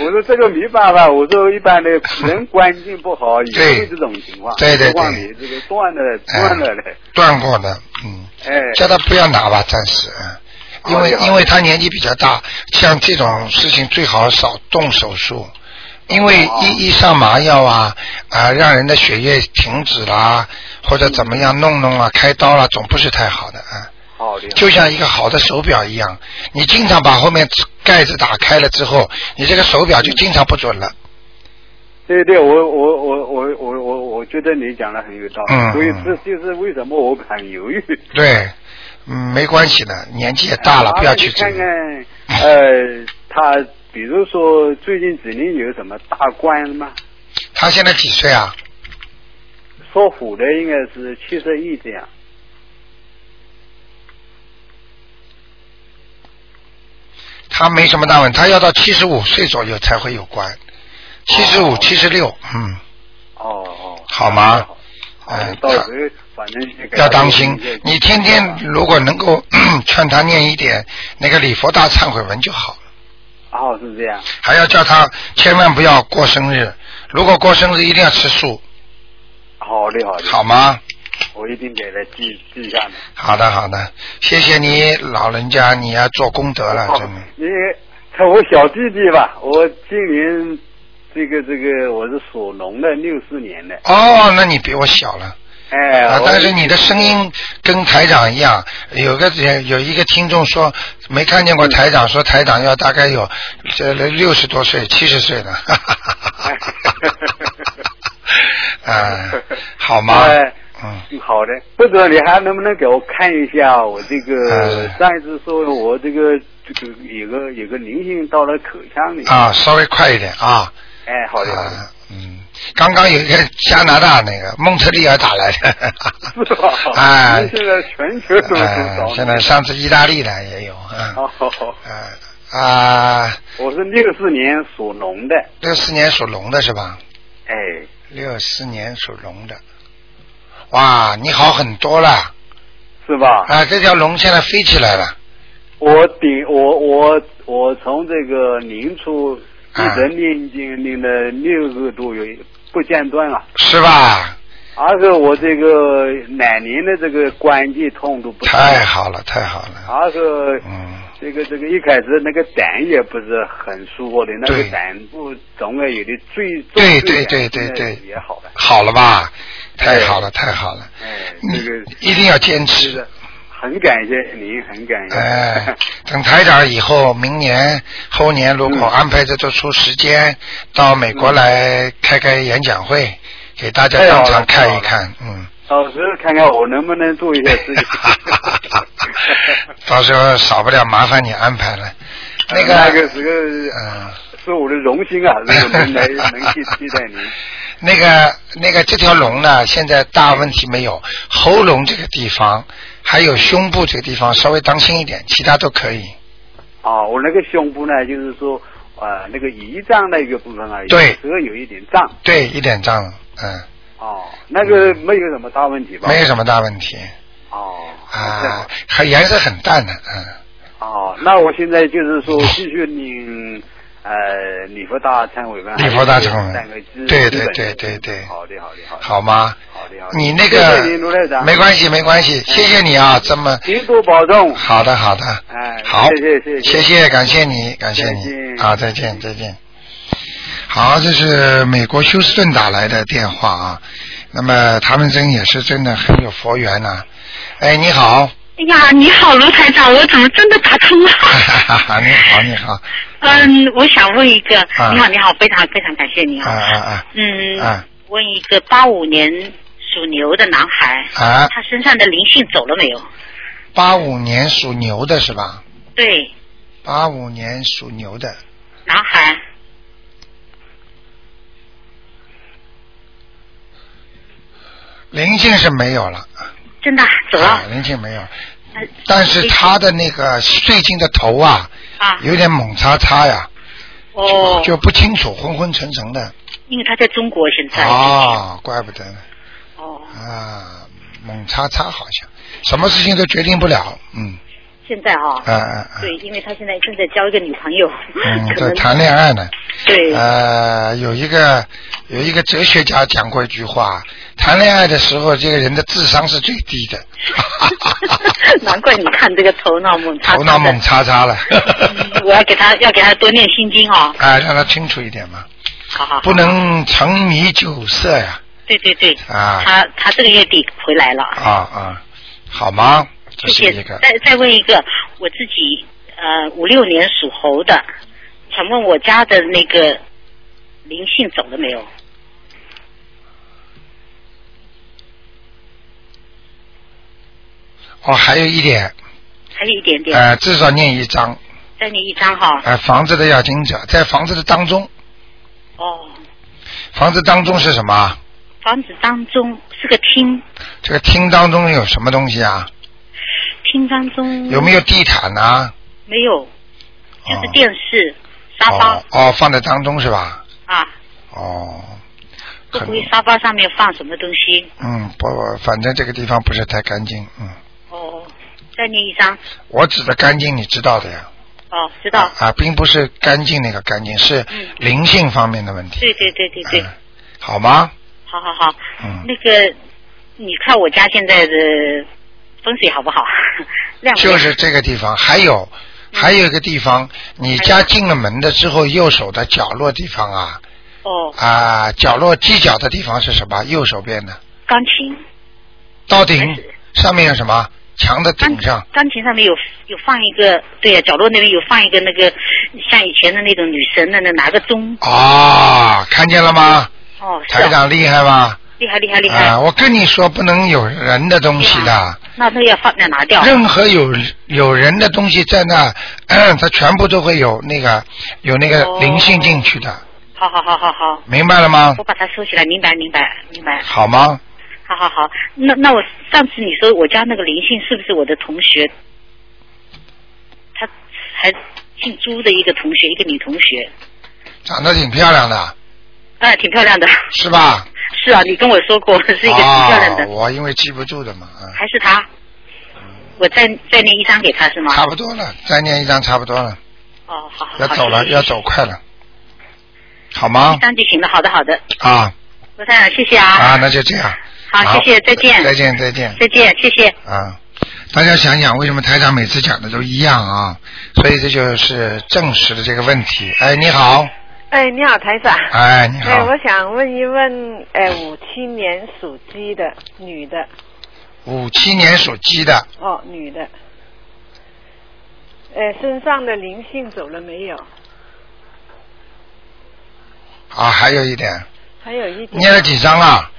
我说这个没办法，我说一般的人环境不好也对会这种情况，对对何况对你这个断了哎断了嘞，断过的，嗯。哎，叫他不要拿吧，暂时，嗯因为好的好的因为他年纪比较大，像这种事情最好少动手术，因为哦一一上麻药啊啊，让人的血液停止啦，或者怎么样弄弄啊，开刀啦，总不是太好的啊。好的，就像一个好的手表一样，你经常把后面盖子打开了之后，你这个手表就经常不准了。对对，我我我我我我我觉得你讲的很有道理，嗯所以嗯这就是为什么我很犹豫。对，嗯，没关系的，年纪也大了，不要去麻烦整你。看看，呃，他比如说最近几年有什么大关吗？他现在几岁啊？说虎的应该是七十一这样。他没什么大问题，他要到七十五岁左右才会有关，七十五、七十六，嗯，哦哦。好吗好哎的，到时候反正就给他要当弄心一些。你天天如果能够 劝他念一点那个礼佛大忏悔文就好，哦是这样，还要叫他千万不要过生日，如果过生日一定要吃素，好的好的，好，吗？我一定给他记记下来。好的，好的，谢谢你老人家，你要做功德了，好真的。，你看我小弟弟吧，我今年这个这个我是属龙的，六四年 的，哦，那你比我小了。哎，啊我，但是你的声音跟台长一样，有个呃有一个听众说没看嗯见过台长，说台长要大概有这六十多岁、七十岁 呢。啊，好吗？哎嗯，好的，不知道你还能不能给我看一下我这个哎上一次说我这个这个有个有个灵性到了口腔里，啊，稍微快一点啊。哎，好的，好的啊，嗯，刚刚有一个加拿大那个蒙特利尔打来 的。是吧？哎您现在全球都是哎 找现在上次意大利的也有哦啊，，好啊啊，我是六四年属龙的，六四年属龙的是吧？哎，哎，六四年属龙的，哇，你好很多了是吧？啊！这条龙现在飞起来了，我顶我我我从这个年初一啊直念经念了六个多月，不间断了。是吧？而且我这个哪年的这个关节痛都不行，太好了，太好了，而且嗯，这个这个一开始那个胆也不是很舒服的，那对个胆部总而有的最对最对对严重的对对也好了，好了吧？太好了，太好了，嗯哎，你这个一定要坚这持个。很感谢您，很感谢，哎，等台长以后，明年、后年如果嗯安排得出出时间，到美国来开开演讲会，给大家太好当了场太看好一了看，嗯。。到时候看看我能不能做一些事情到时候少不了麻烦你安排了。 那个， 那个是个嗯，是我的荣幸啊，如果 能来能去接待您，那个那个这条龙呢，现在大问题没有，喉咙这个地方，还有胸部这个地方稍微当心一点，其他都可以。啊，我那个胸部呢，就是说呃那个胰脏那个部分啊，对有时候有一点胀，对，一点脏，嗯，哦，那个没有什么大问题吧？没有什么大问题哦，这样啊，还颜色很淡的，嗯，哦，那我现在就是说继续领呃礼佛大忏悔文，礼佛大忏悔文三个字，对基本对对对对好的好的好的，好吗？好的好的，你那谢谢您卢台个长，没关系，没关系，谢谢你啊，这么您多保重，好的，好的，哎，好，谢谢谢谢谢，感谢你，感谢再你，见好，再见，再见。好，这是美国休斯顿打来的电话啊，那么他们真也是真的很有佛缘呐、哎，你好，哎呀，你好，卢台长，我怎么真的打通了？ 你好，你好，嗯，我想问一个，啊你好，你好，非常非常感谢你啊啊。啊嗯，啊问一个八五年属牛的男孩，啊啊！他身上的灵性走了没有？八五年属牛的是吧？对，八五年属牛的，男孩，灵性是没有了，真的走啊了，灵性没有哎，但是他的那个最近的头啊，啊？有点猛擦擦呀，哦，就不清楚，昏昏沉沉的。因为他在中国现在。哦，怪不得呢哦，啊，猛擦擦好像什么事情都决定不了，嗯，现在啊。啊啊啊，对，因为他现在正在交一个女朋友，嗯，可在能谈恋爱呢。对，呃，有一个有一个哲学家讲过一句话，谈恋爱的时候，这个人的智商是最低的。啊难怪你看这个头脑猛叉叉头的脑猛叉叉了。嗯我要给他要给他多念心经哦， 啊，让他清楚一点嘛，好好好，不能沉迷酒色呀！对对对，啊他他这个月底回来了，啊啊，好吗？这谢是谢一个。再再问一个，我自己呃五六年属猴的，想问我家的那个灵性走了没有？哦，还有一点，还有一点点，呃，至少念一章，再念一张哈。呃，房子的要经者，在房子的当中，哦，房子当中是什么啊？房子当中是个厅，这个厅当中有什么东西啊？厅当中有哦没有地毯啊呐？没有？就是哦电视、沙发、哦哦，放在当中是吧？啊，哦，可会不能会，沙发上面放什么东西？嗯，不，反正这个地方不是太干净，嗯，哦，再念一张。我指的干净，你知道的呀。哦，知道。啊，并不是干净那个干净，是嗯灵性方面的问题。对对对对对，嗯好吗？好好好。嗯那个，你看我家现在的风水好不好？ 亮不亮就是这个地方，还有。嗯还有一个地方，你家进了门的之后，右手的角落地方啊哦，啊，角落犄角的地方是什么？右手边的钢琴，到顶上面有什么？墙的钢顶上钢琴上面有有放一个，对呀、角落那边有放一个那个像以前的那种女神的那拿个钟。啊，看见了吗？哦，是台啊，长厉害吧？厉害厉害厉害。啊，我跟你说，不能有人的东西对的。啊那那要放那拿掉。任何有有人的东西在那， 它全部都会有那个有那个哦灵性进去的，好好好好好，明白了吗我？把它收起来，明白明白明白。好吗？好好好，那那我上次你说我家那个灵性是不是我的同学？她还姓朱的一个同学，一个女同学长得挺漂亮的，哎，挺漂亮的。是吧？是啊，你跟我说过是一个挺漂亮的啊，，我因为记不住的嘛，啊，还是他？我再再念一张给他是吗？差不多了，再念一张差不多了，哦，好，好要走了，谢谢要走快了，好吗一？张就行了，好的，好的，啊罗站长，谢谢啊，啊，那就这样，好，谢谢，再见，再见，再见。再见，谢谢。啊，大家想想为什么台长每次讲的都一样啊？所以这就是证实了这个问题。哎，你好，哎，你好，台长。哎，你哎，好，我想问一问，哎，五七年属鸡的女的，五七年属鸡的，哦，女的，哎，身上的灵性走了没有？啊，还有一点，还有一点。念了几张了？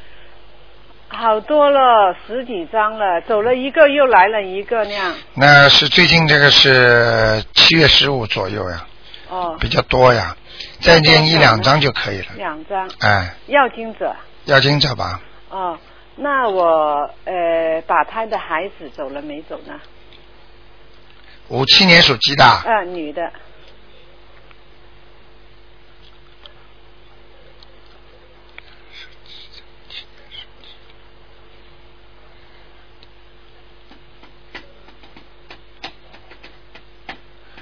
好多了，十几张了，走了一个又来了一个那样。那是最近这个是七月十五左右呀，哦，比较多呀，再念一两张就可以了。两张，哎，要经者。要经者吧，哦，那我呃打胎的孩子走了没走呢？五七年属鸡的，呃，女的，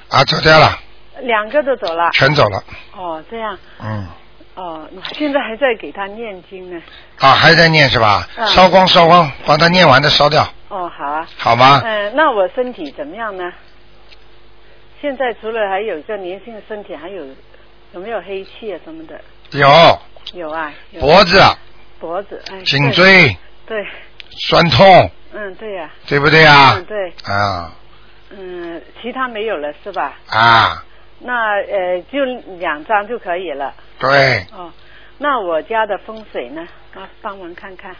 啊，走掉了，两个都走了。全走了，哦，这样。嗯，哦，我现在还在给他念经呢。啊，还在念是吧？嗯烧光烧光，把它念完的烧掉，哦，好啊。好吗？嗯、那我身体怎么样呢？现在除了还有一个年性身体，还有有没有黑气啊什么的？有有啊。有脖子、脖子，哎。颈对。椎对，酸痛，嗯，对呀、对不对啊嗯，？对，啊嗯，其他没有了是吧？啊，那呃，就两张就可以了。对，哦，那我家的风水呢？啊，帮忙看看。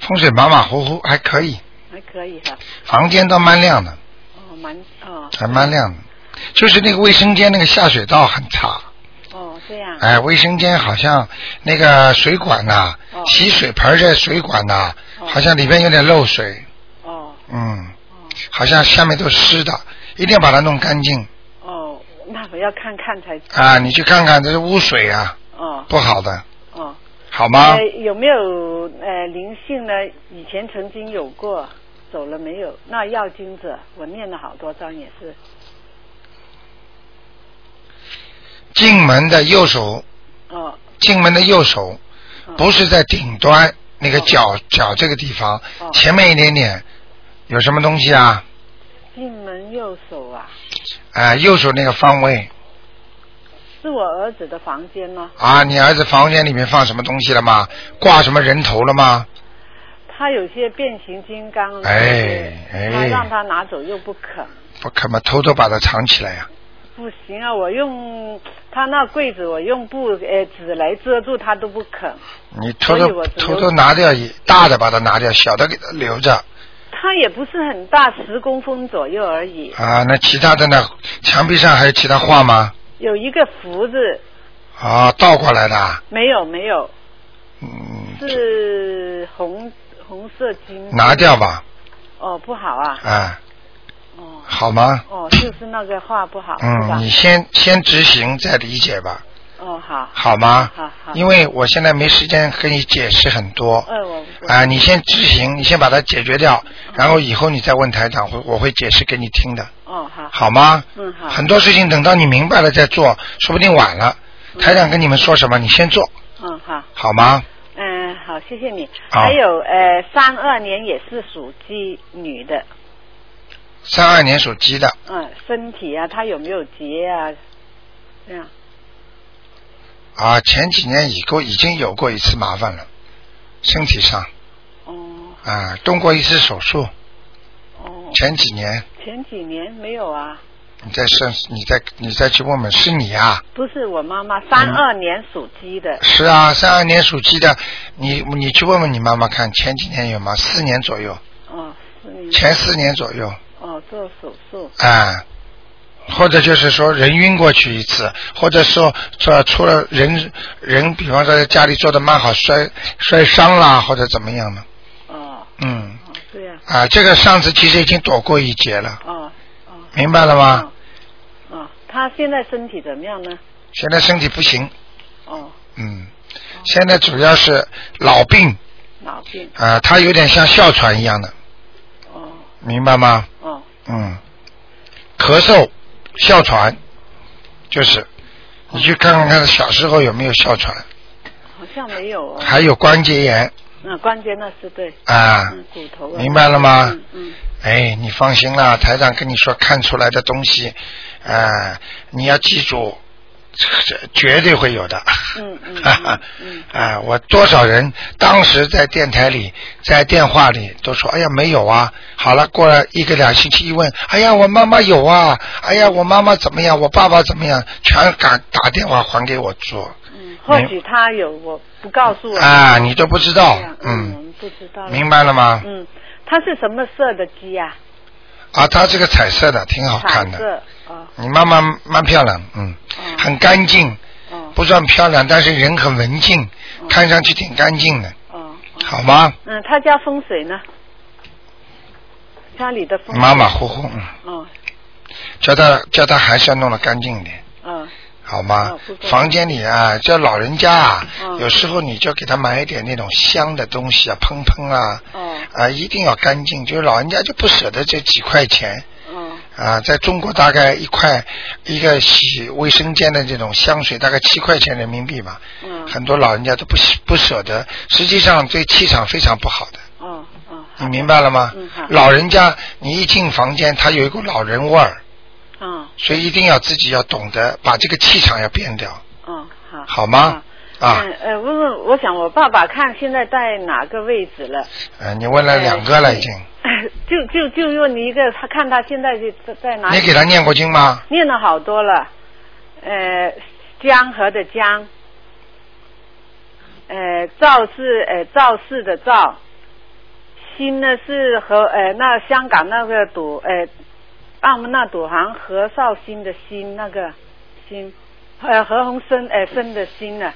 风水马马虎虎，还可以，还可以哈，房间倒蛮亮的，哦，蛮哦还蛮亮的，就是那个卫生间那个下水道很差，哦这样，哎，卫生间好像那个水管呐、哦洗水盆的水管呐、哦好像里边有点漏水，哦嗯，好像下面都湿的，一定要把它弄干净哦，那我要看看才啊！你去看看，这是污水啊，哦不好的，哦。好吗呃？有没有呃灵性呢？以前曾经有过，走了没有？那要经者，我念了好多章也是。进门的右手，哦进门的右手嗯不是在顶端那个哦脚脚这个地方，哦，前面一点点有什么东西啊？进门右手啊，啊，右手那个方位是我儿子的房间吗？啊，你儿子房间里面放什么东西了吗？挂什么人头了吗？他有些变形金刚，哎哎他嗯让他拿走又不肯。不可嘛，偷偷把它藏起来呀、不行啊！我用他那柜子，我用布呃纸来遮住，他都不肯。你偷所以偷我只偷留偷拿掉一大的，把它拿掉，小的给它留着他也不是很大，十公分左右而已。啊。那其他的呢？墙壁上还有其他画吗？有一个福字，啊，倒过来的啊，没有没有，嗯，是红红色金。拿掉吧，哦，不好啊！啊，哦好吗？哦，就是那个画不好，是嗯，吧你？先先执行再理解吧，哦，好。好吗？好好因为我现在没时间跟你解释很多。呃，我我嗯啊，你先执行，你先把它解决掉，然后以后你再问台长，会我会解释给你听的，哦好，好吗？嗯好，很多事情等到你明白了再做，说不定晚了。台长跟你们说什么，你先做，嗯好，好吗？嗯好，谢谢你。好还有呃，三二年也是属鸡女的，三二年属鸡的，嗯，身体啊，他有没有结啊？这样啊，前几年已过已经有过一次麻烦了，身体上哦啊，动过一次手术，哦，前几年。前几年没有啊，你再上，你再你再去问问，是你啊？不是我妈嗯妈，三二年属鸡的，是啊，三二年属鸡的，你你去问问你妈妈看，前几年有吗？四年左右，哦，四年前四年左右，哦做手术，啊、或者就是说人晕过去一次，或者说说出了人人，比方说在家里做的蛮好，摔摔伤啦，或者怎么样了。哦，嗯，对呀、啊，这个上次其实已经躲过一劫了，哦明白了吗？哦，他现在身体怎么样呢？现在身体不行，哦，嗯，现在主要是老病脑病，啊，他有点像哮喘一样的，哦明白吗？哦嗯，咳嗽、哮喘，就是你去看看看小时候有没有哮喘，哦好像没有哦。还有关节炎嗯，关节那是对，啊，嗯，骨头啊。明白了吗？嗯嗯哎，你放心啦，台长跟你说看出来的东西，啊，你要记住，这绝对会有的。嗯嗯哈哈， 啊，我多少人当时在电台里，在电话里都说，哎呀没有啊。好了，过了一个两星期一问，哎呀我妈妈有啊，哎呀我妈妈怎么样，我爸爸怎么样，全敢打电话还给我做嗯，或许他有，我不告诉我。啊，你都不知道对呀，嗯，嗯，不知道。明白了吗嗯，它是什么色的鸡呀、啊，它这个彩色的挺好看的，彩色哦你妈妈蛮漂亮，嗯，很干净，嗯不算漂亮，但是人很文静，看上去挺干净的，哦，好吗？嗯，他家风水呢？家里的风水。马马虎虎，嗯嗯叫他叫他还是要弄得干净一点，嗯嗯好吗？房间里啊，叫老人家啊，有时候你就给他买一点那种香的东西啊，喷喷啊，嗯啊，一定要干净，就是老人家就不舍得这几块钱。嗯啊，在中国大概一块一个洗卫生间的这种香水大概七块钱人民币吧，嗯很多老人家都不喜不舍得，实际上对气场非常不好的，嗯嗯你明白了吗？嗯好老人家你一进房间，他有一股老人味儿，嗯所以一定要自己要懂得把这个气场要变掉，嗯，好。好吗？啊，嗯呃，问问，我想我爸爸看现在在哪个位置了？ 呃，你问了两个了已经，呃就就就用你一个，他看他现在就在在哪里？你给他念过经吗？念了好多了，呃，江河的江，呃，赵是呃赵氏的赵，新呢是和呃那香港那个赌呃，澳门那赌行何绍兴的兴那个兴，呃何鸿燊呃生的兴呢，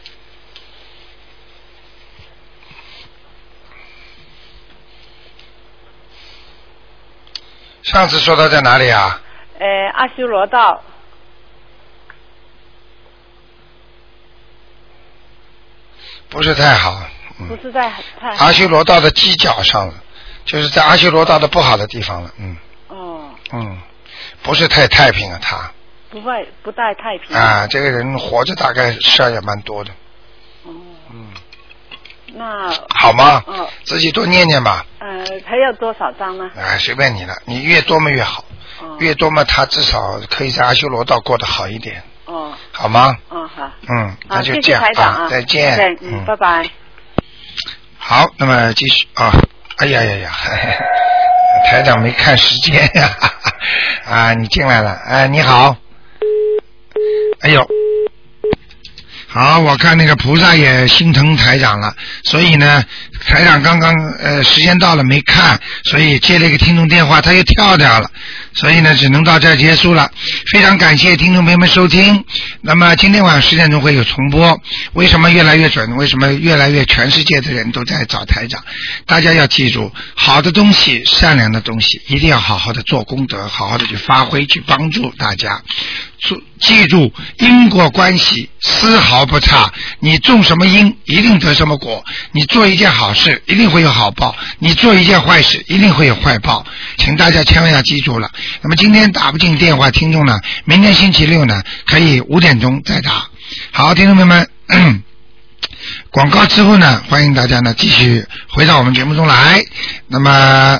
上次说他在哪里啊？呃阿修罗道，不是太好，不是在太嗯阿修罗道的犄角上了，就是在阿修罗道的不好的地方了，嗯哦，嗯，不是太太平啊他不外不带太平啊，这个人活着大概事儿也蛮多的，嗯，哦那好吗哦，自己多念念吧，呃还要多少张呢？哎，随便你了，你越多么越好，嗯越多么他至少可以在阿修罗道过得好一点，哦好吗？哦好。嗯，那啊，就谢这谢样台长再见，对，嗯，拜拜。好，那么继续啊，哎呀呀 呀，台长没看时间呀、 啊，你进来了，哎，你好，哎呦，好，我看那个菩萨也心疼台长了，所以呢，台长刚刚呃时间到了没看，所以接了一个听众电话，他又跳掉了，所以呢只能到这儿结束了。非常感谢听众朋友们收听，那么今天晚上十点钟会有重播。为什么越来越准？为什么越来越全世界的人都在找台长？大家要记住，好的东西、善良的东西，一定要好好的做功德，好好的去发挥，去帮助大家。注记住，因果关系丝毫不差。你种什么因，一定得什么果。你做一件好事，一定会有好报；你做一件坏事，一定会有坏报。请大家千万要记住了。那么今天打不进电话，听众呢，明天星期六呢，可以五点钟再打。好，听众朋友们。嗯广告之后呢，欢迎大家呢继续回到我们节目中来。那么。